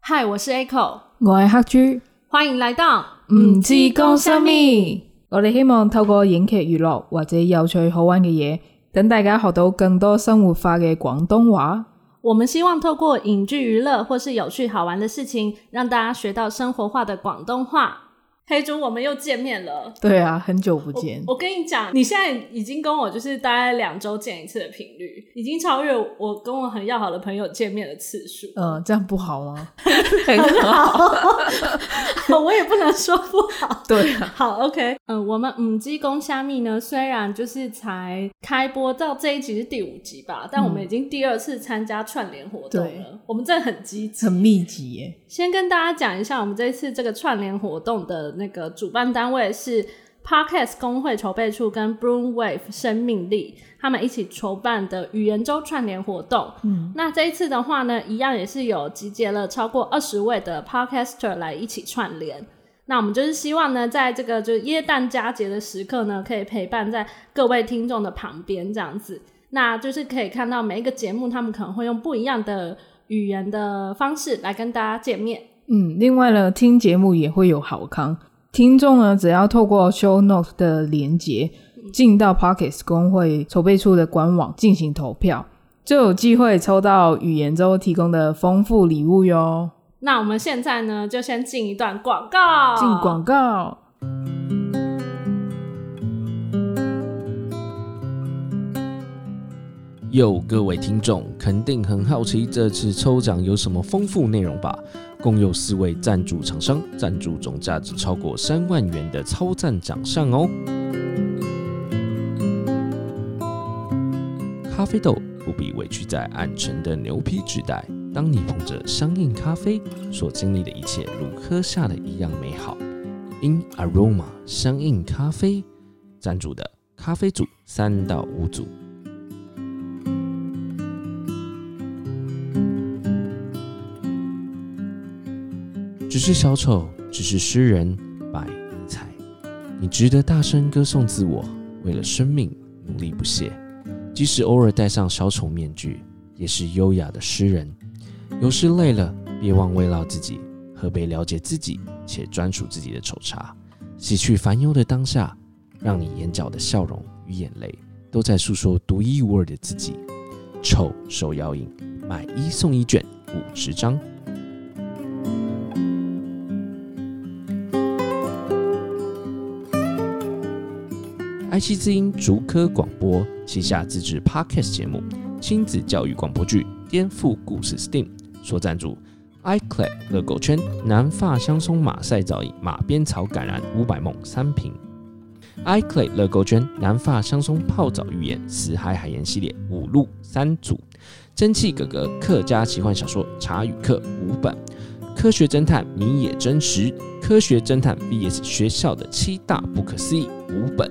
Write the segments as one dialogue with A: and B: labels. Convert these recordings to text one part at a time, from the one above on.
A: 嗨，我是 Echo，
B: 我係黑豬，
A: 欢迎来到
B: 唔知講乜。我哋希望透過影劇娛樂或者有趣好玩嘅嘢，等大家學到更多生活化嘅廣東話。
A: 我们希望透过影剧娱乐或是有趣好玩的事情，让大家学到生活化的广东话。黑猪，我们又见面了。
B: 對啊，很久不見，
A: 我跟你讲，你现在已经跟我就是大概两周见一次的频率，已经超越我跟我很要好的朋友见面的次数。
B: 嗯、这樣不好嗎？很 好，
A: 我也不能说不好。
B: 對 啊，
A: 好，OK，嗯，我们五 G 攻虾米呢，虽然就是才开播到这一集是第五集吧，但我们已经第二次参加串联活动
B: 对
A: 了，我们真的很积极
B: 很。密集耶。
A: 先跟大家讲一下，我们这次这个串联活动的那个主办单位是 Podcast 工会筹备处跟 Broom Wave 生命力他们一起筹办的语言周串联活动。嗯，那这一次的话呢，一样也是有集结了超过二十位的 Podcaster 来一起串联。那我们就是希望呢，在这个就是耶诞佳节的时刻呢，可以陪伴在各位听众的旁边，这样子。那就是可以看到每一个节目，他们可能会用不一样的语言的方式来跟大家见面。
B: 嗯，另外呢，听节目也会有好康。听众呢，只要透过 Show Note 的连接进到 Pockets 工会筹备处的官网进行投票，就有机会抽到语言周提供的丰富礼物哟。
A: 那我们现在呢，就先进一段广告。
B: 进广告。
C: 哟，各位听众肯定很好奇这次抽奖有什么丰富内容吧？共有四位赞助厂商，赞助总价值超过三万元的超赞奖项哦。咖啡豆不必委屈在暗沉的牛皮纸袋，当你捧着香印咖啡，所经历的一切如喝下的一样美好。In Aroma 香印咖啡赞助的咖啡组三到五组。只是小丑，只是诗人，拜尼采。你值得大声歌颂自我，为了生命努力不懈，即使偶尔戴上小丑面具，也是优雅的诗人。有时累了，别忘慰劳自己，喝杯了解自己且专属自己的丑茶，洗去烦忧的当下，让你眼角的笑容与眼泪都在诉说独一无二的自己。丑手摇饮，买一送一卷，五十张。iC 之音竹科广播旗下自制 Podcast 节目《亲子教育广播剧颠覆故事 STEAM》所赞助，iClad 乐狗圈南发香松马赛皂饮马鞭草橄榄五百梦三瓶，iClad 乐狗圈南发香松泡澡浴盐死海海盐系列五路三组，蒸汽哥哥客家奇幻小说《茶与客》五本，科学侦探米野真实，科学侦探 VS 学校的七大不可思议五本。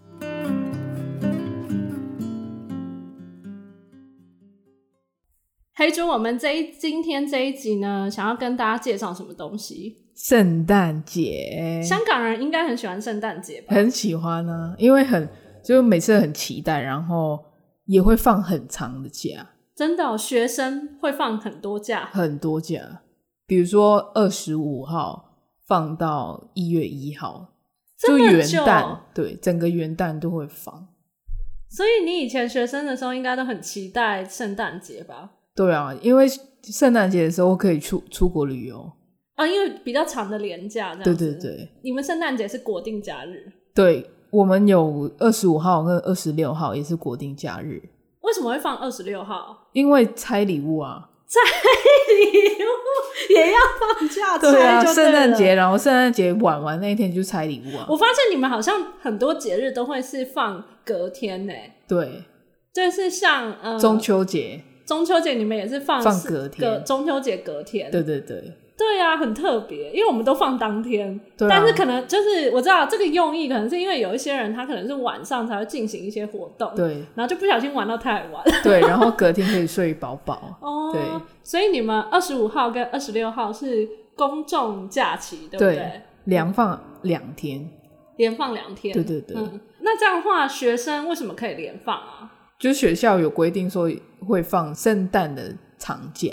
A: 黑猪，我们这一今天这一集呢，想要跟大家介绍什么东西？
B: 圣诞节
A: 香港人应该很喜欢圣诞节吧？
B: 很喜欢啊，因为很就每次很期待，然后也会放很长的假，
A: 真的哦、学生会放很多假，
B: 很多假，比如说二十五号放到一月一号，就
A: 真的很
B: 元
A: 久哦
B: 旦，对，整个元旦都会放。
A: 所以你以前学生的时候应该都很期待圣诞节吧？
B: 对啊，因为圣诞节的时候可以出出国旅游，
A: 啊，因为比较长的连假，这样
B: 对
A: 子
B: 对。对
A: 你们圣诞节是国定假日，
B: 对，我们有二十五号跟二十六号也是国定假日，
A: 为什么会放二十六号？
B: 因为拆礼物啊，
A: 也要放假
B: 对啊，
A: 拆就
B: 圣诞
A: 了
B: 节，然后圣诞节晚完那一天就拆礼物啊
A: 我，发现你们好像很多节日都会是放隔天呢、
B: 对，
A: 就是像呃
B: 中秋节，
A: 中秋节，你们也是放
B: 放
A: 四
B: 隔天
A: 中秋节隔天。
B: 对对对，
A: 对啊，很特别，因为我们都放当天，
B: 对啊
A: 但是可能就是我知道这个用意，可能是因为有一些人他可能是晚上才会进行一些活动，
B: 对
A: 然后就不小心玩到太晚。。
B: 对，然后隔天可以睡饱饱
A: 哦，
B: 对，
A: 所以你们二十五号跟二十六号是公众假期，对不
B: 对
A: 对？
B: 连放两天，
A: 连放两天，
B: 对对对
A: 嗯，那这样的话，学生为什么可以连放啊？
B: 就学校有规定说会放圣诞的长假，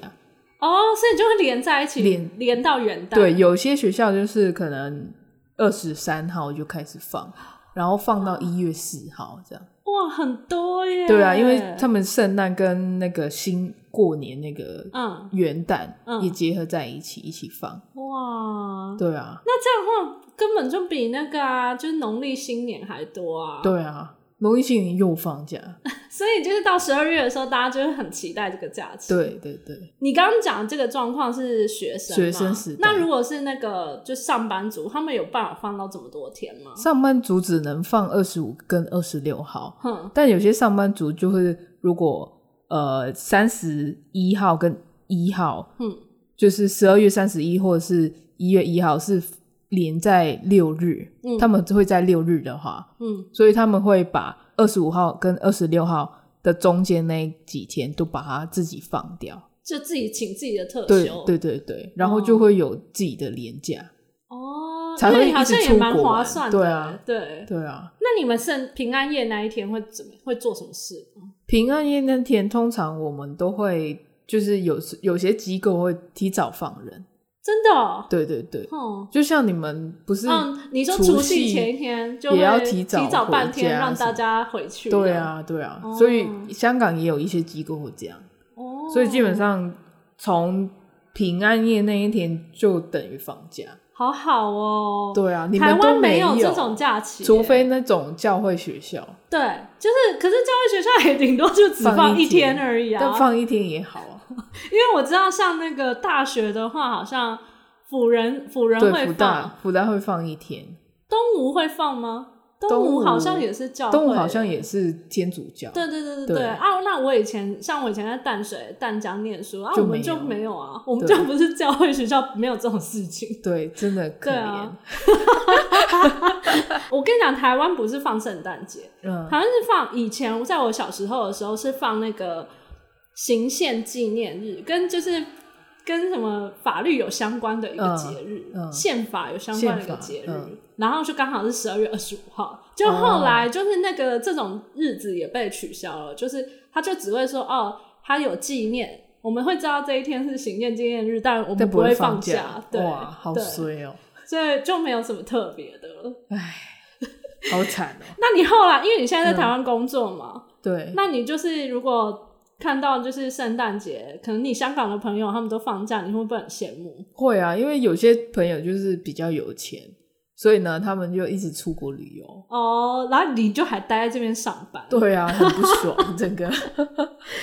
A: 哦，所以就会连在一起，
B: 连
A: 连到元旦，
B: 对，，有些学校就是可能二十三号就开始放，然后放到一月四号这样。
A: 哇，很多耶。
B: 对啊，因为他们圣诞跟那个新过年那个
A: 嗯，
B: 元旦
A: 嗯
B: 也结合在一起、一起放。
A: 哇，
B: 对啊，
A: 那这样的话根本就比那个啊，就是农历新年还多啊。，
B: 对啊，农历新年又放 假。
A: 所以就是到十二月的时候，大家就会很期待这个假期。，
B: 对对对，
A: 你刚刚讲的这个状况是学生嘛，
B: 学生时代
A: 那如果是那个就上班族，他们有办法放到这么多天吗？
B: 上班族只能放二十五跟二十六号，
A: 哼，
B: 但有些上班族就会如果呃三十一号跟一号，
A: 嗯，
B: 就是十二月三十一或者是一月一号是连在六日，
A: 嗯
B: 他们会在六日的话，
A: 嗯，
B: 所以他们会把二十五号跟二十六号的中间那几天都把它自己放掉。
A: 就自己请自己的特
B: 对
A: 休。
B: 对对对，然后就会有自己的廉价。
A: 哦，
B: 才会
A: 那你好
B: 一直
A: 像也
B: 出
A: 蛮
B: 国
A: 划
B: 玩
A: 算的。
B: 对啊，
A: 对。
B: 对啊，
A: 那你们圣平安夜那一天会怎么会做什么事？
B: 平安夜那天通常我们都会就是有时有些机构会提早放人。
A: 真的、哦？
B: 对对对，
A: 哦，
B: 就像你们不是、
A: 嗯，你说
B: 除
A: 除
B: 夕
A: 夕前一天就
B: 也要
A: 会
B: 提
A: 提
B: 早回
A: 半天，
B: 家
A: 让
B: 什
A: 大
B: 么
A: 家回去。
B: 对，啊对啊，
A: 哦
B: 所以香港也有一些机构会这样，
A: 哦，
B: 所以基本上从平安夜那一天就等于放假。
A: 好好哦。，
B: 对啊，你
A: 台
B: 们都
A: 湾
B: 没
A: 有这种假期耶，
B: 除非那种教会学校，
A: 对，就是可是教会学校也顶多就只
B: 放
A: 放
B: 一
A: 一天
B: 天
A: 而已啊。
B: 但放一天也好啊。
A: 因为我知道像那个大学的话，好像辅仁辅仁
B: 对，
A: 会
B: 福
A: 放，
B: 大福大会放一天，
A: 东吴会放吗？
B: 东
A: 吴好
B: 吴
A: 像也是教会，
B: 动物好像也是天主教。
A: 对对对对
B: 对
A: 对啊！那我以前像我以前在淡水淡江念书啊，
B: 就
A: 我们
B: 没
A: 就
B: 有
A: 没有啊，我们
B: 对
A: 就不是教会学校，没有这种事情。
B: 对真的可
A: 对
B: 怜
A: 啊。我跟你讲，台湾不是放圣诞节，
B: 嗯，
A: 台湾是放以前在我小时候的时候是放那个行宪纪念日，跟就是跟什么法律有相关的一个
B: 嗯
A: 节日
B: 嗯，
A: 宪、法有相关的一个节日。
B: 宪法嗯
A: 然后就刚好是十二月二十五号，就后来就是那个这种日子也被取消了，就是他就只会说哦，他有纪念，我们会知道这一天是行宪纪念日，但我
B: 但
A: 们
B: 不
A: 会
B: 放
A: 假，对，
B: 哇，好
A: 对，
B: 衰哦，
A: 所以就没有什么特别的了。
B: 好惨哦。
A: 那你后来，因为你现在在
B: 嗯
A: 台湾工作嘛，
B: 对，
A: 那你就是如果看到就是圣诞节，可能你香港的朋友他们都放假，你会不会很羡慕？
B: 会啊，因为有些朋友就是比较有钱，所以呢，他们就一直出国旅游。
A: 哦，然后你就还待在这边上班，
B: 对啊，很不爽， 整个。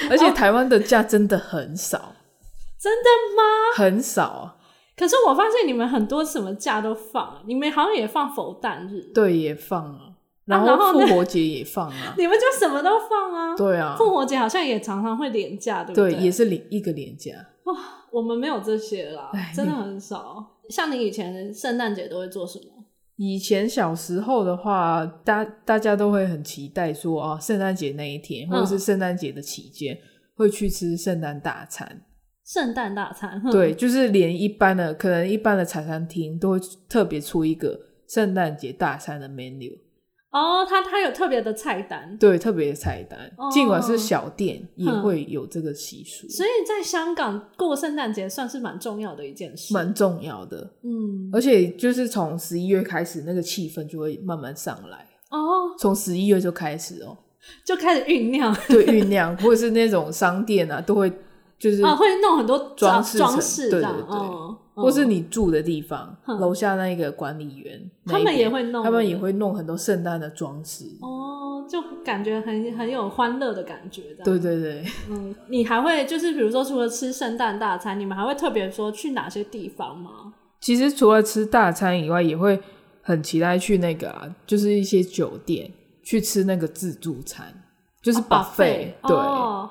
B: 而且台湾的假真的很少，
A: 哦 真的吗？
B: 很少。
A: 可是我发现你们很多什么假都放，啊你们好像也放佛诞日，
B: 对，也放啊，然
A: 然
B: 后
A: 后
B: 复
A: 呢
B: 活节也放啊。
A: 你们就什么都放啊。
B: 对啊，
A: 复活节好像也常常会连假，对不
B: 对，
A: 对
B: 也是连一个廉价。
A: 我们没有这些啦
B: 哎，
A: 真的
B: 你
A: 很少。像你以前圣诞节都会做什么？
B: 以前小时候的话，大大家都会很期待说啊，圣诞节那一天，
A: 嗯
B: 或者是圣诞节的期间，会去吃圣诞大餐。
A: 圣诞大餐，哼，
B: 对，就是连一般的，可能一般的茶餐厅都会特别出一个圣诞节大餐的 menu，
A: 哦，他他有特别的菜单，
B: 对，特别的菜单。
A: 哦嗯
B: 尽管是小店，也会有这个习俗，
A: 所以在香港过圣诞节算是蛮重要的一件事。
B: 蛮重要的。
A: 嗯，
B: 而且就是从十一月开始，那个气氛就会慢慢上来，
A: 哦，
B: 从十一月就开始哦、
A: 就开始酝酿
B: 对，酝酿，或者是那种商店啊，都会就是，
A: 啊，会弄很多
B: 装
A: 装
B: 饰
A: 装
B: 成
A: 饰
B: 对
A: 这样，
B: 对对
A: 嗯，嗯
B: 或是你住的地方
A: 哼
B: 楼下那个管理员，
A: 他
B: 那
A: 们
B: 一
A: 也
B: 边
A: 会弄，
B: 他们也会弄很多圣诞的装饰。
A: 哦，就感觉很很有欢乐的感觉。这样
B: 对，对对，
A: 嗯，你还会就是比如说除了吃圣诞大餐，你们还会特别说去哪些地方吗？
B: 其实除了吃大餐以外，也会很期待去那个啊，就是一些酒店去吃那个自助餐，就是
A: 啊
B: buffet，、对。
A: 哦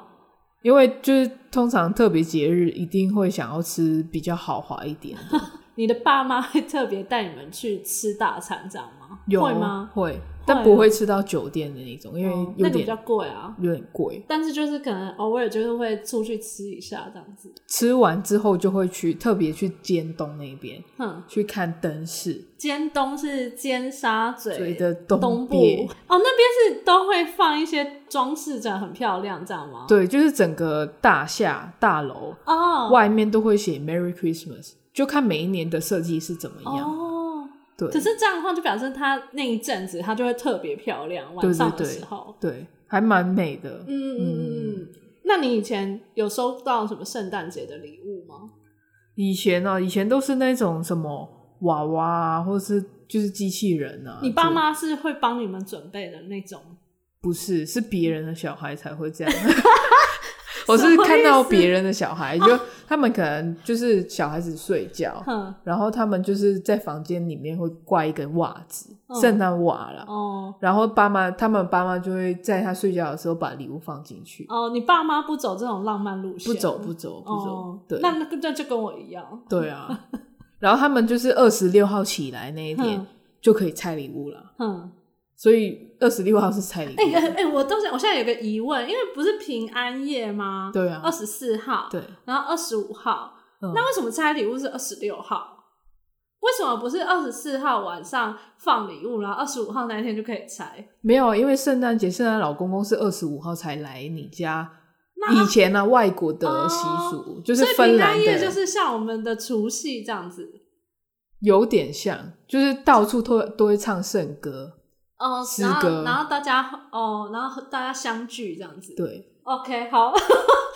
B: 因为就是通常特别节日一定会想要吃比较豪华一点的，
A: 你的爸妈会特别带你们去吃大餐，这样吗？
B: 有
A: 会吗？？
B: 会，但不会吃到酒店的那种，因为
A: 哦
B: 有
A: 那个比
B: 点、
A: 较贵啊，
B: 有点贵。
A: 但是就是可能偶尔就是会出去吃一下这样子。
B: 吃完之后就会去特别去尖东那边
A: 哼，
B: 去看灯饰，
A: 尖东是尖沙咀
B: 所以的
A: 东部
B: 边。
A: 哦，那边是都会放一些装饰，这样很漂亮，这样吗？
B: 对，就是整个大厦大楼
A: 哦，
B: 外面都会写 Merry Christmas，就看每一年的设计是怎么样。
A: 哦，
B: 对，
A: 可是这样的话就表示它那一阵子它就会特别漂亮，
B: 对
A: 晚
B: 对
A: 上的
B: 对
A: 时候。
B: 对，还蛮美的。
A: 嗯嗯嗯嗯。那你以前有收到什么圣诞节的礼物吗？
B: 以前啊，以前都是那种什么娃娃啊，或者是就是机器人啊。
A: 你爸
B: 就
A: 妈是会帮你们准备的那种？
B: 不是，是别人的小孩才会这样。 我是看到别人的小孩，就他们可能就是小孩子睡觉，
A: 哼，
B: 然后他们就是在房间里面会挂一个袜子，
A: 嗯
B: 圣诞袜啦。
A: 哦
B: 然后爸妈他们爸妈就会在他睡觉的时候把礼物放进去，
A: 哦，你爸妈不走这种浪漫路线，
B: 不走不走不走，
A: 哦，
B: 对
A: 那那那就跟我一样。
B: 对啊。然后他们就是二十六号起来那一天
A: 哼
B: 就可以拆礼物了，
A: 哼，
B: 所以二十六号是拆礼
A: 哎
B: 物，
A: 哎、哎我都想，我现在有个疑问，因为不是平安夜吗？
B: 对啊
A: 二，十四号，
B: 对，
A: 然后二十五号，
B: 嗯
A: 那为什么拆礼物是二十六号？为什么不是二十四号晚上放礼物，然后二十五号那一天就可以拆？
B: 没有，因为圣诞节圣诞老公公是二十五号才来你家，
A: 那哦
B: 以前呢、啊、外国的习俗、就是
A: 所以
B: 芬
A: 平
B: 兰
A: 安夜
B: 的，
A: 就是像我们的除夕这样子。
B: 有点像，就是到处都都会唱圣歌，
A: 哦，
B: 诗
A: 然后
B: 歌
A: 然后大家哦，然后大家相聚这样子。
B: 对
A: 哦 OK，好。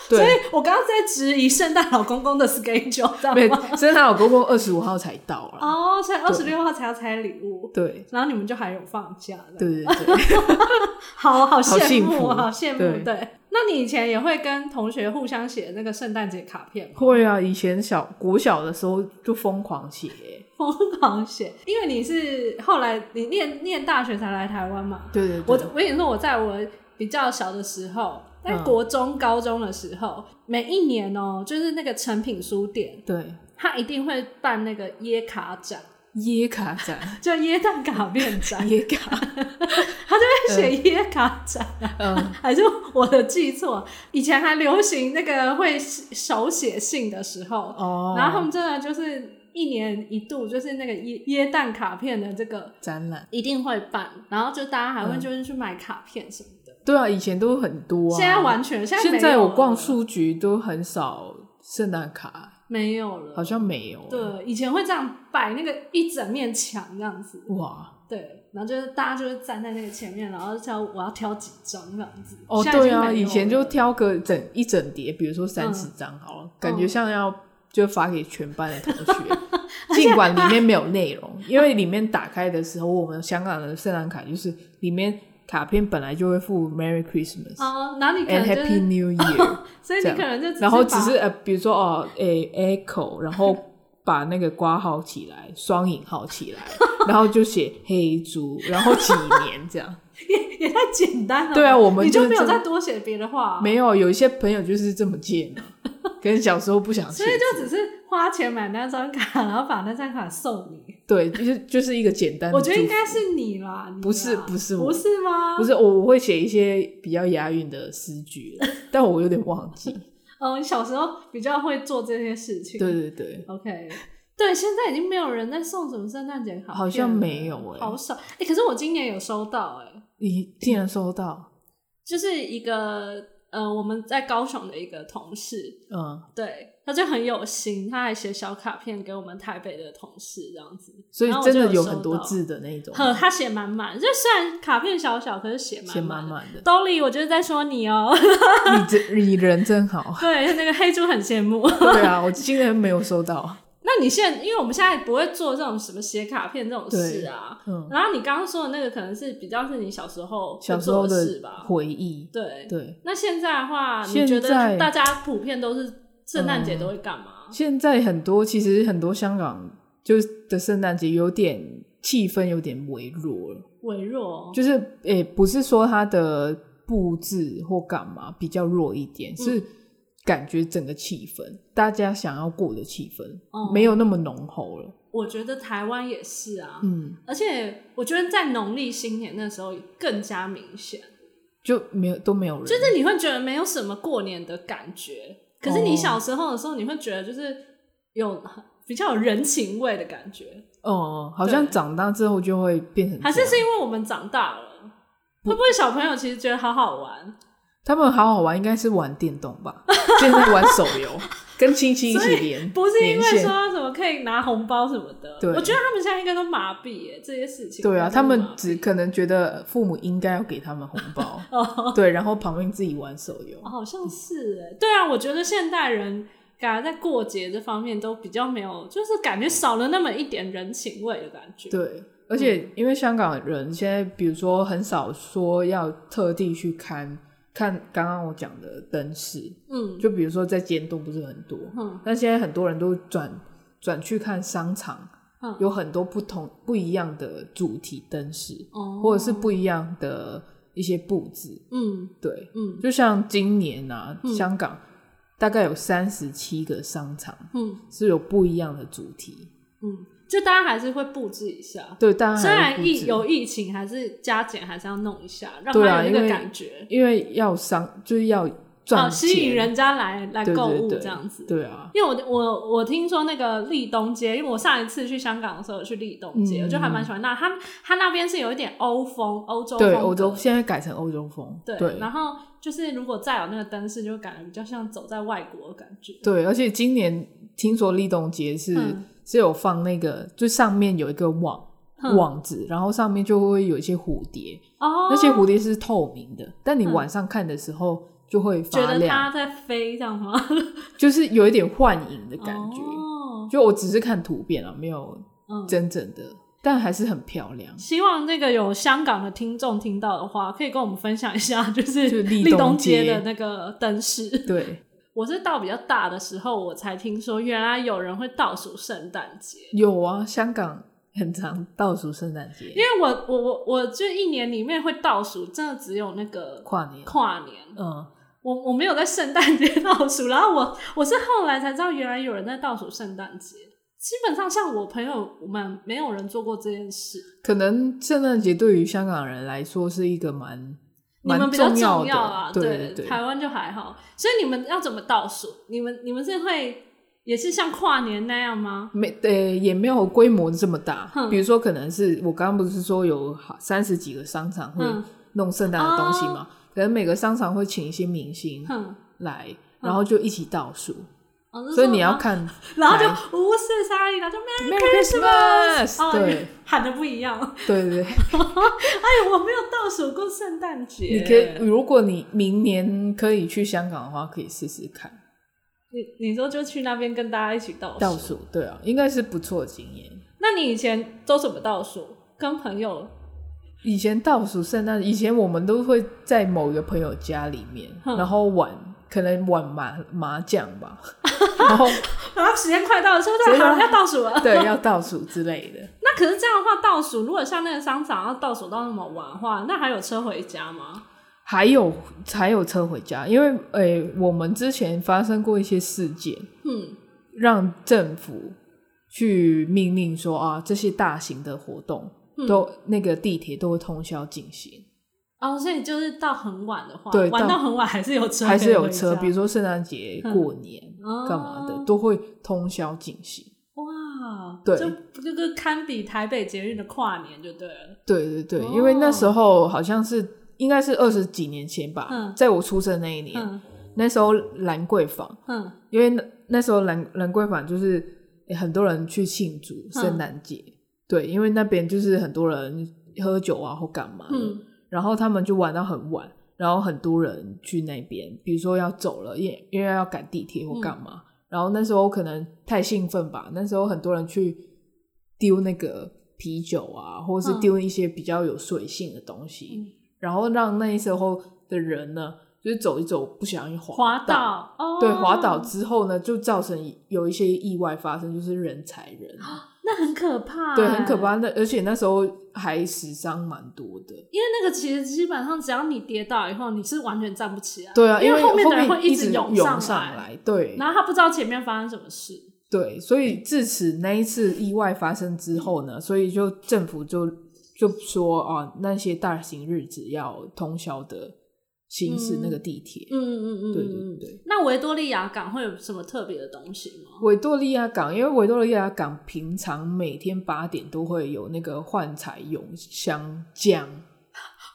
A: 所以
B: 对，
A: 我刚刚在质疑圣诞老公公的 schedule，知道
B: 没有
A: 吗？
B: 圣诞老公公二十五号才到了，
A: 哦，所以二十六号才要拆礼物，
B: 对
A: 然后你们就还有放假了。
B: 对对对，
A: 好好羡
B: 幸
A: 慕，
B: 福
A: 好羡慕。
B: 对
A: 对，那你以前也会跟同学互相写那个圣诞节卡片吗？
B: 会啊，以前小国小的时候就疯狂写、
A: 疯狂写，因为你是后来你念念大学才来台湾嘛。
B: 对对对，
A: 我我跟你说，我在我比较小的时候，在
B: 嗯
A: 国中、高中的时候，每一年哦、就是那个成品书店，
B: 对
A: 它一定会办那个耶卡展，
B: 椰卡展，
A: 就耶诞卡片展，
B: 椰卡，
A: 它就会写耶卡展。
B: 嗯，
A: 还是我的记错？以前还流行那个会手写信的时候，
B: 哦，
A: 然后他们真的就是一年一度，就是那个椰椰蛋卡片的这个
B: 展览，
A: 一定会办，然后就大家还
B: 嗯
A: 会就是去买卡片什么的。
B: 对啊，以前都很多、啊，
A: 现在完全现在
B: 现
A: 没
B: 在
A: 有
B: 我逛
A: 了
B: 书局都很少圣诞卡，
A: 没有了，
B: 好像没有，，
A: 对以前会这样摆那个一整面墙这样子，
B: 哇，
A: 对，然后就是大家就会站在那个前面，然后挑我要挑几张这样子。
B: 哦，
A: 现在已
B: 对
A: 经
B: 啊，
A: 没有
B: 以前就
A: 了嗯
B: 挑个整一整叠，比如说三十张好了，感觉像要。就发给全班的同 学，尽管里面没有内容，因为里面打开的时候，我们香港的圣诞卡就是里面卡片本来就会附 Merry Christmas，
A: 哦，然后你可
B: and
A: 能就
B: Happy
A: 是，
B: New Year，
A: 所以
B: 这
A: 你
B: 样
A: 可能就
B: 然后只
A: 把
B: 是呃，比如说哦，诶、echo，然后把那个挂号起来，双引号起 来，然后就写黑猪，然后几年 这样。
A: 也也太简单了吧。
B: 对啊我们
A: 你就
B: 就是
A: 没有
B: 这么
A: 再多写别的话、
B: 没有，有一些朋友就是这么贱 嘛，可能小时候不想写
A: 所以，就只是花钱买那张卡，然后把那张卡送你。
B: 对，就是就是一个简单的
A: 我
B: 嗯祝
A: 觉
B: 福。
A: 得应该是你啦，你
B: 不是
A: 啦
B: 不是我
A: 不是吗？
B: 不，是我我会写一些比较押韵的诗句 了，但我有点忘记。
A: 嗯、你小时候比较会做这些事情。
B: 对对对，
A: ，OK。对，现在已经没有人在送什么圣诞节卡片了，
B: 好像没有欸
A: 好少。哎、可是我今年有收到、哎，
B: 你竟然收到，
A: 就是一个呃，我们在高雄的一个同事，
B: 嗯，
A: 对，他就很有心，他还写小卡片给我们台北的同事这样子，
B: 所以
A: 然后我
B: 真
A: 就
B: 的有
A: 收
B: 很多
A: 到
B: 字的那种，
A: 呵，他写满满，就虽然卡片小小，可是写满
B: 写满
A: 满。
B: 满的。
A: 兜里，我就是在说你哦、
B: 你这 你人真好。
A: 对，那个黑猪很羡慕。
B: 对啊，我竟然没有收到。
A: 那你现在，因为我们现在不会做这种什么写卡片这种事啊。
B: 嗯，
A: 然后你刚刚说的那个，可能是比较是你小时候会
B: 小时
A: 做
B: 候
A: 的事
B: 的
A: 吧？
B: 回忆。
A: 对。
B: 对，
A: 那现在的话，你
B: 现
A: 觉得
B: 在嗯
A: 大家普遍都是圣诞节都会干嘛？
B: 现在很多其实很多香港就是的圣诞节有点气氛有点微弱了，
A: 微弱，哦
B: 就是
A: 嗯
B: 诶、不是说它的布置或干嘛比较弱一点，是感觉整个气氛，大家想要过的气氛、
A: 嗯
B: 没有那么浓厚了。
A: 我觉得台湾也是啊，
B: 嗯，
A: 而且我觉得在农历新年那时候更加明显，
B: 就没有都没有人，
A: 就是你会觉得没有什么过年的感觉，可是你
B: 哦
A: 小时候的时候，你会觉得就是有比较有人情味的感觉，
B: 哦、好像
A: 对
B: 长大之后就会变成
A: 还是
B: 这样
A: 是因为我们长大了？会不会小朋友其实觉得好好玩，
B: 他们好好玩，应该是玩电动吧， 现在玩手游， 跟亲戚一起连，
A: 不是因为
B: 连线
A: 说什么可以拿红包什么的？
B: 对
A: 我觉得他们现在应该都麻痹耶这些事情。
B: 对啊，
A: 应该都
B: 他们
A: 麻痹，
B: 只可能觉得父母应该要给他们红包
A: 哦，
B: 对，然后旁边自己玩手游，
A: 好像是
B: 欸
A: 耶哦对啊，我觉得现代人感觉在过节这方面都比较没有，就是感觉少了那么一点人情味的感觉。
B: 对。而且，因为香港人现在，比如说很少说要特地去看看刚刚我讲的灯饰，
A: 嗯，
B: 就比如说在尖东不是很多，
A: 嗯
B: 但现在很多人都转转去看商场，
A: 嗯
B: 有很多不同不一样的主题灯饰，
A: 哦
B: 或者是不一样的一些布置。
A: 嗯
B: 对，
A: 嗯
B: 就像今年啊，香港大概有三十七个商场
A: 嗯
B: 是有不一样的主题。
A: 嗯，就大家还是会布置一下。
B: 对，当然
A: 虽然
B: 还有布
A: 疫
B: 置
A: 有疫情，还是加减还是要弄一下，让
B: 对
A: 他
B: 啊
A: 有那个
B: 因为
A: 感觉，
B: 因为要商就是要
A: 啊，
B: 赚钱，
A: 吸引人家来来
B: 对
A: 购
B: 对
A: 物
B: 对
A: 这样子。
B: 对啊，
A: 因为我我我听说那个立东街，因为我上一次去香港的时候有去立东街，
B: 嗯
A: 我就还蛮喜欢那。他他那边是有一点欧风，欧洲风
B: 对
A: 格
B: 欧洲现在改成欧洲风，
A: 对。
B: 对
A: 然后就是如果再有那个灯饰，就感觉比较像走在外国的感觉。
B: 对，而且今年听说立冬节是、
A: 嗯
B: 是有放那个，就上面有一个网、
A: 嗯
B: 网子，然后上面就会有一些蝴蝶，
A: 哦，
B: 那些蝴蝶是透明的，但你
A: 嗯
B: 晚上看的时候就会
A: 觉
B: 发
A: 得
B: 亮，
A: 它在飞这样吗？
B: 就是有一点幻影的感觉。
A: 哦，
B: 就我只是看图片啊，没有
A: 嗯。
B: 真正的，但还是很漂亮。
A: 希望那个有香港的听众听到的话，可以跟我们分享一下，就是
B: 就立
A: 立
B: 冬
A: 东街
B: 街
A: 的那个灯饰。
B: 对，
A: 我是到比较大的时候，我才听说原来有人会倒数圣诞节。
B: 有啊，香港很常倒数圣诞节
A: 因，为我我我我这一年里面会倒数，真的只有那个
B: 跨年，
A: 跨年，
B: 嗯，
A: 我我没有在圣诞节 倒数，然后我我是后来才知道原来有人在倒数圣诞节。基本上像我朋友们，没有人做过这件事。
B: 可能圣诞节对于香港人来说是一个蛮
A: 你
B: 蛮
A: 们比较
B: 要
A: 重
B: 的，
A: 啊，
B: 对对，
A: 台湾就还好。所以你们要怎么倒数？你们你们是会也是像跨年那样吗？
B: 没呃也没有规模这么大
A: 哼。
B: 比如说，可能是我刚刚不是说有三十几个商场会
A: 嗯
B: 弄圣诞的东西嘛？可能每个商场会请一些明星
A: 哦哼，
B: 来，然后就一起倒数，
A: 哦是
B: 所以你
A: 说
B: 要
A: 然后
B: 看
A: 然后就
B: 来
A: 无事杀意，然后就 Merry
B: Merry Christmas，
A: 哦
B: 对
A: 喊的不一样。
B: 对对对，
A: 哎，我没有倒数过圣诞节。
B: 你 可以，如果你明年可以去香港的话，可以试试看
A: 你你说就去那边跟大家一起倒数。
B: 倒数，对啊，应该是不错的经验。
A: 那你以前都怎么倒数？跟朋友？
B: 以前倒数圣诞，以前我们都会在某一个朋友家里面，
A: 哼
B: 然后玩，可能玩麻麻将吧， 然后
A: 然啊后时间快到了，是不
B: 谁
A: 是？
B: 知道
A: 好，要倒数了。
B: 对要倒数之类的。
A: 那可是这样的话，倒数如果像那个商场要倒数到那么晚的话，那还有车回家吗？
B: 还有还有车回家，因为诶、我们之前发生过一些事件，
A: 嗯，
B: 让政府去命令说啊，这些大型的活动
A: 嗯
B: 都、那个地铁都会通宵进行，
A: 哦，所以就是到很晚的话，
B: 对
A: 玩
B: 到
A: 到很晚还是有车，
B: 还是有车，比如说圣诞节、过年
A: 哦
B: 干嘛的、都会通宵进行。
A: 哇，
B: 对
A: 就这个堪比台北捷运的跨年就对了。
B: 对对对，
A: 哦
B: 因为那时候好像是应该是二十几年前吧，
A: 嗯
B: 在我出生那一年，
A: 嗯
B: 那时候兰桂坊，
A: 嗯
B: 因为那那时候兰兰桂坊就是、诶很多人去庆祝圣
A: 嗯
B: 诞节，对，因为那边就是很多人喝酒啊或干嘛的，
A: 嗯
B: 然后他们就玩到很晚，然后很多人去那边，比如说要走了，因因为要赶地铁或
A: 嗯
B: 干嘛，然后那时候可能太兴奋吧，那时候很多人去丢那个啤酒啊，或是
A: 嗯
B: 丢一些比较有水性的东西，
A: 嗯
B: 然后让那时候的人呢，就是走一走不小心
A: 滑
B: 倒，
A: 倒哦，
B: 对，滑倒之后呢，就造成有一些意外发生，就是人踩人，
A: 那很可怕、欸
B: 对，很可。怕。那而且那时候还死伤蛮多的。
A: 因为那个其实基本上只要你跌倒以后，你是完全站不起来，
B: 对啊，
A: 因
B: 因
A: 为
B: 为
A: 后面的人
B: 面
A: 会一直
B: 直
A: 涌
B: 涌
A: 上来
B: 来，对
A: 然后他不知道前面发生什么事。
B: 对，所以自此那一次意外发生之后呢，所以就政府就就说啊，那些大型日子要通宵的行驶
A: 嗯
B: 那个地铁。
A: 嗯嗯嗯，
B: 对
A: 嗯
B: 对
A: 嗯
B: 对。
A: 那维多利亚港会有什么特别的东西吗？
B: 维多利亚港，因为维多利亚港平常每天八点都会有那个幻彩永香浆，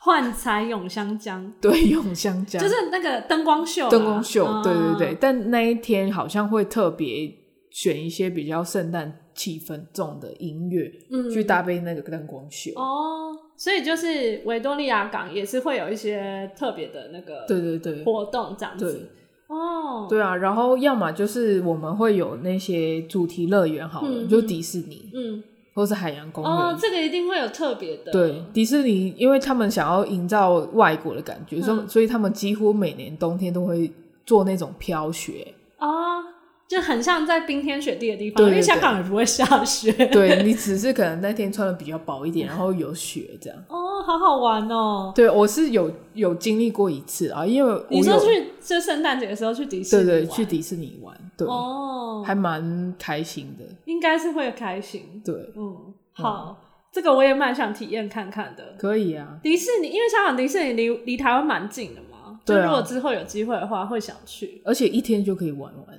A: 幻彩永香浆，
B: 对，永香浆
A: 就是那个灯光秀啦，
B: 灯光秀，
A: 嗯
B: 对对对。。但那一天好像会特别选一些比较圣诞气氛重的音乐、
A: 嗯
B: 去搭配那个灯光秀。
A: 哦，所以就是维多利亚港也是会有一些特别的那个
B: 对对对
A: 活动这样
B: 对
A: 子。哦，
B: 对啊，然后要么就是我们会有那些主题乐园，好了，
A: 嗯
B: 就迪士尼
A: 嗯，
B: 或是海洋公园。
A: 哦，这个一定会有特别的，
B: 对，迪士尼，因为他们想要营造外国的感觉，所、以
A: 嗯
B: 所以他们几乎每年冬天都会做那种飘雪。
A: 哦，就很像在冰天雪地的地方，
B: 对对
A: 因为
B: 对
A: 香港也不会下雪。
B: 对你只是可能那天穿的比较薄一点，然后有雪这样。
A: 哦，好好玩哦！
B: 对，我是有有经历过一次啊，因为我
A: 你说
B: 有
A: 去就圣诞节的时候去迪士
B: 对
A: 尼
B: 对
A: 玩
B: 去迪士尼玩，对，
A: 哦，
B: 还蛮开心的。
A: 应该是会开心。
B: 对，
A: 嗯，好，这个我也蛮想体验看看的。
B: 可以啊，
A: 迪士尼，因为香港迪士尼离离台湾蛮近的嘛，
B: 对啊
A: 就如果之后有机会的话，会想去。
B: 而且一天就可以玩完，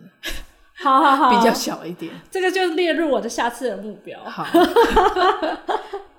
A: 好好好，
B: 比较小一点。
A: 这个就列入我的下次的目标。
B: 好，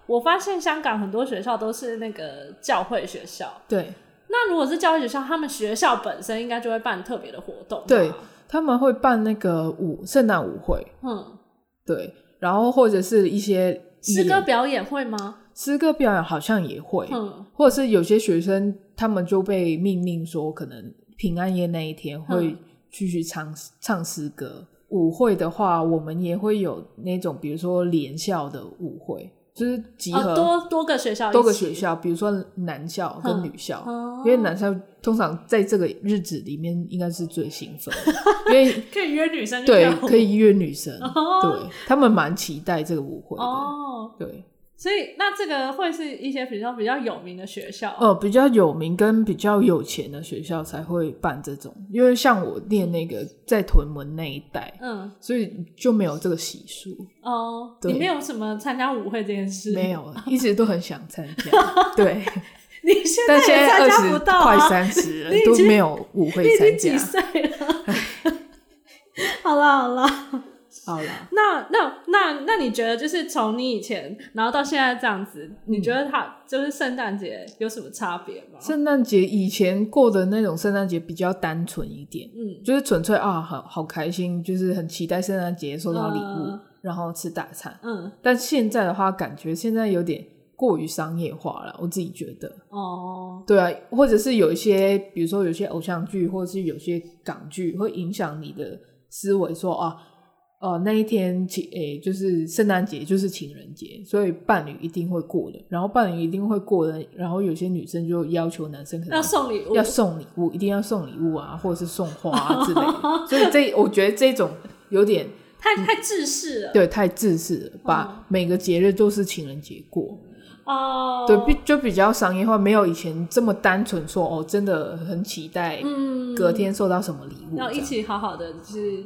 A: 我发现香港很多学校都是那个教会学校，
B: 对，
A: 那如果是教会学校，他们学校本身应该就会办特别的活动。
B: 对，他们会办那个舞圣诞舞会，
A: 嗯，
B: 对，然后或者是一些
A: 诗歌
B: 演
A: 表演会吗？
B: 诗歌表演好像也会，
A: 嗯，
B: 或者是有些学生他们就被命令说，可能平安夜那一天会
A: 嗯
B: 继续唱、唱诗歌。舞会的话，我们也会有那种，比如说联校的舞会，就是集合、
A: 哦，多多个学校，
B: 多个学，校，比如说男校跟
A: 嗯
B: 女校，
A: 哦
B: 因为男校通常在这个日子里面应该是最兴奋的，因为
A: 可以约女生去
B: 对
A: 跳舞
B: 可以约女生，
A: 哦
B: 对他们蛮期待这个舞会的，
A: 哦。
B: 对，
A: 所以那这个会是一些比较比较有名的学校，
B: 呃，比较有名跟比较有钱的学校才会办这种，因为像我念那个在屯门那一带，
A: 嗯，
B: 所以就没有这个习俗，
A: 哦，
B: 对
A: 你没有什么参加舞会这件事，
B: 没。有，一直都很想参加， 对，
A: 你现在
B: 但
A: 也
B: 现在
A: 参
B: 二
A: 加不
B: 十
A: 到、啊，
B: 快三十了
A: 你已
B: 都
A: 经
B: 没有舞
A: 你
B: 会
A: 已
B: 参
A: 经几
B: 加，
A: 岁了？ 好啦好啦，
B: 好啦，
A: 那那那那你觉得就是从你以前，然后到现在这样子，你觉得它就是圣诞节有什么差别吗？
B: 圣诞节以前过的那种圣诞节比较单纯一点，
A: 嗯，
B: 就是纯粹啊，好好开心，就是很期待圣诞节收到礼物，
A: 嗯
B: 然后吃大餐。
A: 嗯
B: 但现在的话，感觉现在有点过于商业化了，我自己觉得。
A: 哦，
B: 对啊，或者是有一些，比如说有些偶像剧，或者是有些港剧，会影响你的思维说，啊，呃，那一天情，诶、就是圣诞节，就是情人节，所以伴侣一定会过的，然后伴侣一定会过的，然后有些女生就要求男生可能
A: 要送礼物，
B: 要送礼物，一定要送礼物啊，或者是送花啊之类 的。所以这我觉得这种有点
A: 太太制式了，
B: 对太自私了，
A: 嗯
B: 把每个节日都是情人节过，
A: 哦，
B: 对，比就比较商业化，没有以前这么单纯说哦，真的很期待
A: 嗯，
B: 隔天收到什么礼物，
A: 要一
B: 这样
A: 起好好的就是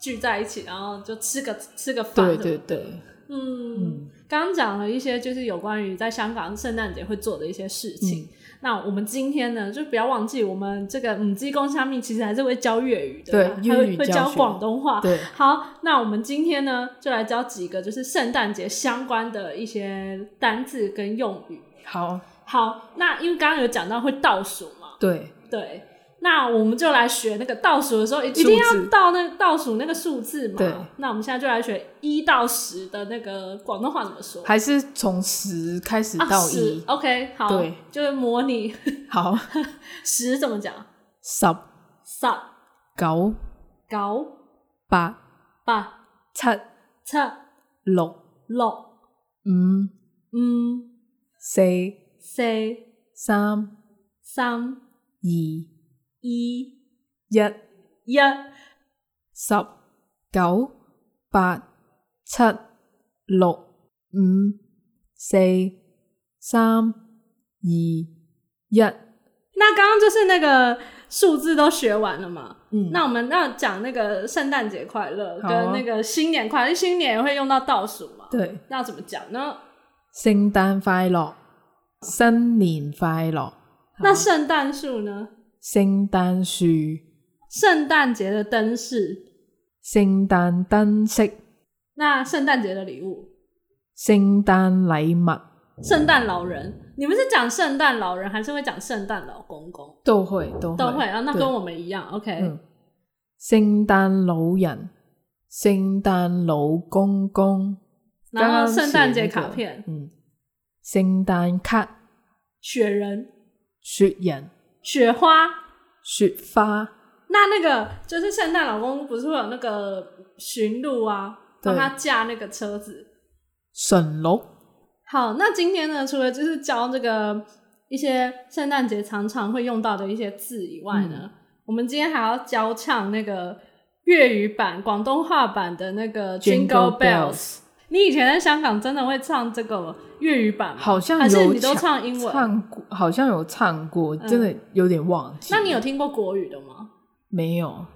A: 聚在一起，然后就吃个吃个饭，
B: 对对，对，
A: 嗯，刚刚讲了一些就是有关于在香港圣诞节会做的一些事
B: 嗯
A: 情。那我们今天呢，就不要忘记我们这个母鸡公虾蜜其实还是会教粤语的啦，
B: 对
A: 还
B: 粤
A: 会
B: 语
A: 会
B: 教
A: 教
B: 学
A: 广东话。
B: 对
A: 好，那我们今天呢，就来教几个就是圣诞节相关的一些单字跟用语。
B: 好
A: 好，那因为刚刚有讲到会倒数嘛，
B: 对
A: 对，那我们就来学那个倒数的时候，一
B: 数字
A: 定要到那倒数那个数字嘛。
B: 对
A: 那我们现在就来学一到十的那个广东话怎么说？
B: 还是从十开始
A: 啊，
B: 到
A: 十
B: 一、
A: ，OK，好，
B: 对，
A: 就是模拟
B: 好
A: 十怎么讲，
B: 十
A: 十、
B: 九
A: 九、
B: 八
A: 八、
B: 七
A: 七、
B: 六
A: 六、
B: 五
A: 五、
B: 四
A: 四、
B: 三
A: 三、
B: 二一
A: 一、一、
B: 十九八七六、五、四、三、二、一。
A: 那刚刚就是那个数字都学完了嘛？
B: 嗯
A: 那我们要讲那个圣诞节快乐
B: 好
A: 跟
B: 啊
A: 那个新年快乐，因为新年也会用到倒数嘛？
B: 对，
A: 那怎么讲呢？
B: 啊圣诞快乐，新年快乐。
A: 那圣诞树呢？
B: 圣诞树、
A: 圣诞节的灯饰，
B: 圣诞灯饰、
A: 那圣诞节的礼物，
B: 圣诞礼物
A: 圣诞老人，你们是讲圣诞老人，还是会讲圣诞老公公？
B: 都会都
A: 都会啊，那
B: 对
A: 跟我们一样，OK。
B: 嗯圣诞老人、圣诞老公公，
A: 然
B: 刚
A: 后
B: 刚写
A: 圣诞节
B: 那个
A: 卡片，
B: 嗯，圣诞卡、
A: 雪人、
B: 雪人、
A: 雪花。
B: 雪花，
A: 那那个就是圣诞老公不是会有那个驯鹿啊，
B: 对
A: 帮他驾那个车子。
B: 驯鹿、
A: 好，那今天呢，除了就是教这个一些圣诞节常常会用到的一些字以外呢，
B: 嗯
A: 我们今天还要教唱那个粤语版、广东话版的那个 Jingle Bells。你以前在香港真的会唱这个粤语版吗？
B: 好像有
A: 还是你都
B: 抢
A: 唱英文？嗯
B: 唱过，好像有唱过，真的有点忘记。
A: 那你有听过国语的吗？
B: 没有？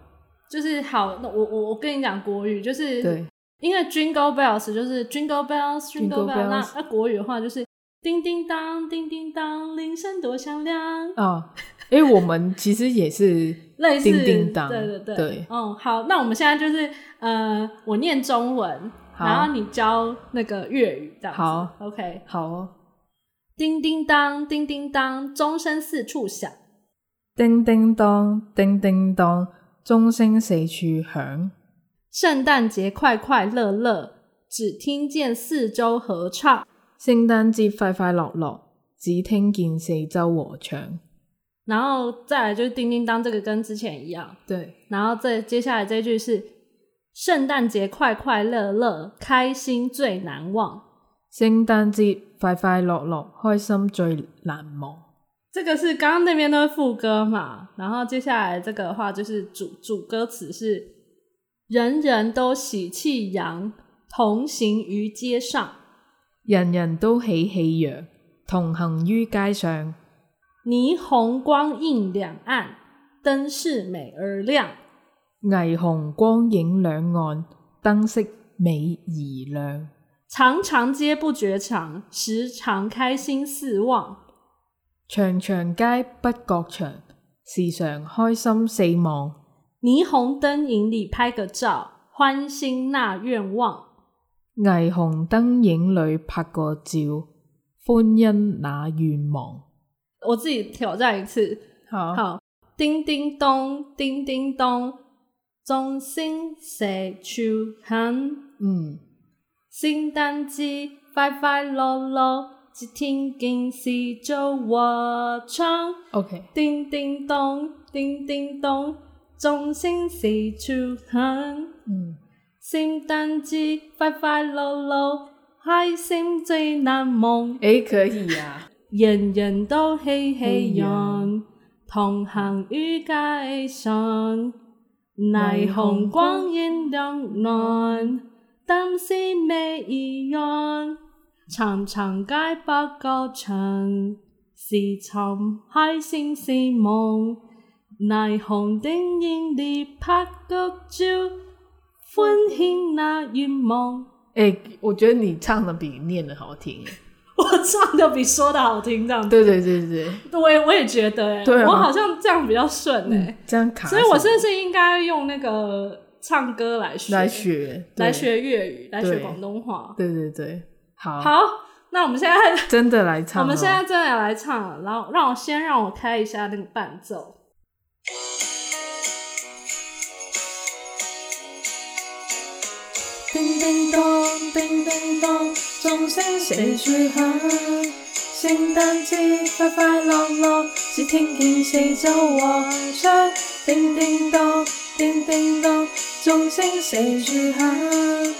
A: 就是好，那我我我跟你讲国语，就是
B: 对，
A: 因为 Jingle Bells 就是 Jingle Bells Jingle
B: Jingle
A: Bells，那
B: bells
A: 那国语的话就是叮叮当叮叮当，铃声多响亮，
B: 啊，因为我们其实 也是
A: 类似
B: 叮叮当
A: 对对对
B: 对
A: 嗯，好，那我们现在就是呃，我念中文，
B: 好
A: 然后你教那个粤语，这样子
B: 好
A: ，OK，
B: 好哦。
A: 叮叮当叮叮当，钟声四处响，
B: 叮叮当，叮叮当，钟声四处响。
A: 圣诞节快快乐乐，只听见四周合唱。
B: 圣诞节快快乐乐，只听见四周和唱。
A: 然后再来就是叮叮当，这个跟之前一样。
B: 对，
A: 然后再接下来这句是圣诞节快快乐乐，开心最难忘。
B: 圣诞节快快乐乐，开心最难忘。
A: 这个是刚刚那边都是副歌嘛，然后接下来这个的话就是主主歌词是人人都喜气洋，同行于街上。
B: 人人都喜气洋，同行于街上。
A: 霓虹光映两岸，灯饰美而亮。
B: 霓虹光影两岸，灯饰美而亮。
A: 长长街不觉长，时常开心四望。
B: 长长街不觉长，时常开心四望。
A: 霓虹灯影里拍个照，欢欣纳愿望。
B: 霓虹灯影里拍个照，欢欣那愿望。
A: 我自己挑战一次，
B: 好
A: 好，叮叮咚，叮叮咚，钟声四处响，
B: 嗯，
A: 圣诞节快快乐乐，只听见四周合唱。
B: OK，
A: 叮叮咚，叮叮咚，钟声四处响。
B: 嗯，
A: 圣诞节快快乐乐，开心最难忘，
B: 诶，可以啊 呀、
A: 人人都喜气
B: 哎
A: 洋，同行于街上。霓虹光影两岸，灯饰美一样，长长街不够长，时常开心是梦。霓虹灯影里拍个照，欢庆那愿 望。
B: 诶，我觉得你唱的比念的好听耶。
A: 我唱的比说的好听，这样子。
B: 对对对对对，
A: 我也我也觉得、欸，
B: 对啊
A: 我好像这样比较顺哎、
B: 嗯，这样卡手，
A: 所以我是不是应该用那个唱歌来学
B: 来学
A: 来，
B: 对
A: 学粤语，来学
B: 对
A: 广东话？
B: 对对对，好，
A: 好，那我们现在
B: 真的来唱
A: 我
B: 哦。
A: 们现在真的要来唱了，然后让我先让我开一下那个伴奏。
B: 叮叮当，叮叮当，钟声四处响。圣诞节快快乐乐，只听见四周和唱。叮叮当，叮叮当，钟声四处响。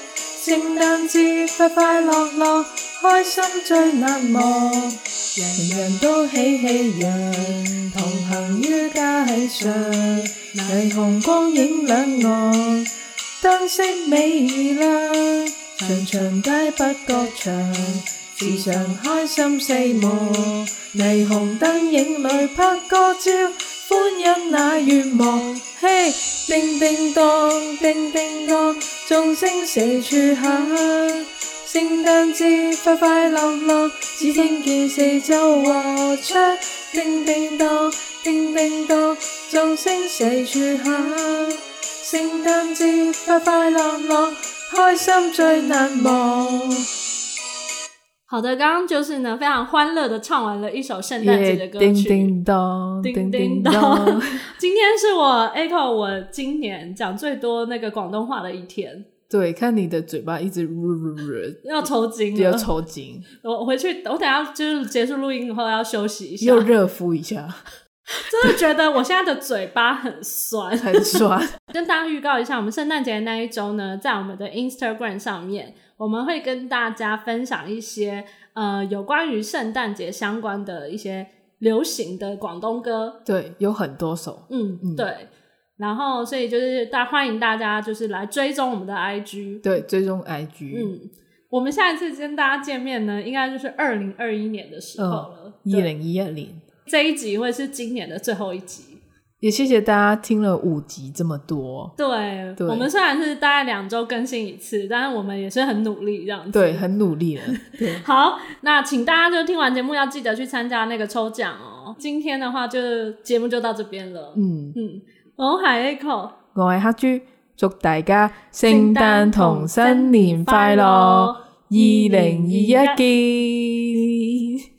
B: 圣诞节快快乐乐，开心最难忘。人人都喜气洋，同行於街上。霓虹光影兩岸，燈飾美亮。場場皆不覺長，時常開心四望。霓虹燈影裏拍個照，歡欣那願望。嘿，叮叮當，叮叮當，鐘聲四處響。聖誕節快快樂樂，只聽見四周和唱。叮叮當，叮叮當，鐘聲四處響。聖誕節快快樂樂，開心最難忘。
A: 好的，刚刚就是呢非常欢乐的唱完了一首圣诞节的歌曲。
B: 叮叮当，
A: 叮
B: 叮
A: 叮
B: 叮
A: 当
B: 当。
A: 今天是我 Echo 我今年讲最多那个广东话的一天，
B: 对，看你的嘴巴一直噜噜噜，
A: 要抽筋
B: 要
A: 了。
B: 抽筋，
A: 我回去，我等一下就是结束录音以后要休息一下
B: 又。热敷一下，
A: 真的觉得我现在的嘴巴很酸。
B: 很酸。
A: 跟大家预告一下，我们圣诞节那一周呢，在我们的 Instagram 上面，我们会跟大家分享一些呃有关于圣诞节相关的一些流行的广东歌。
B: 对，有很多首。
A: 嗯，
B: 嗯
A: 对。然后，所以就是大欢迎大家就是来追踪我们的 IG。
B: 对，追踪 IG，
A: 嗯，我们下一次跟大家见面呢，应该就是二零二一年的时候了。
B: 哦一零一二零。
A: 这一集会是今年的最后一集。
B: 也谢谢大家听了五集这么多，
A: 对，
B: 对
A: 我们虽然是大概两周更新一次，但是我们也是很努力这样子。
B: 对，很努力了。对，
A: 好，那请大家就听完节目要记得去参加那个抽奖哦。今天的话就节目就到这边了。
B: 嗯，
A: 嗯，我海 A 口，
B: 我係黑豬，祝大家聖誕同新年快樂，二零二一見。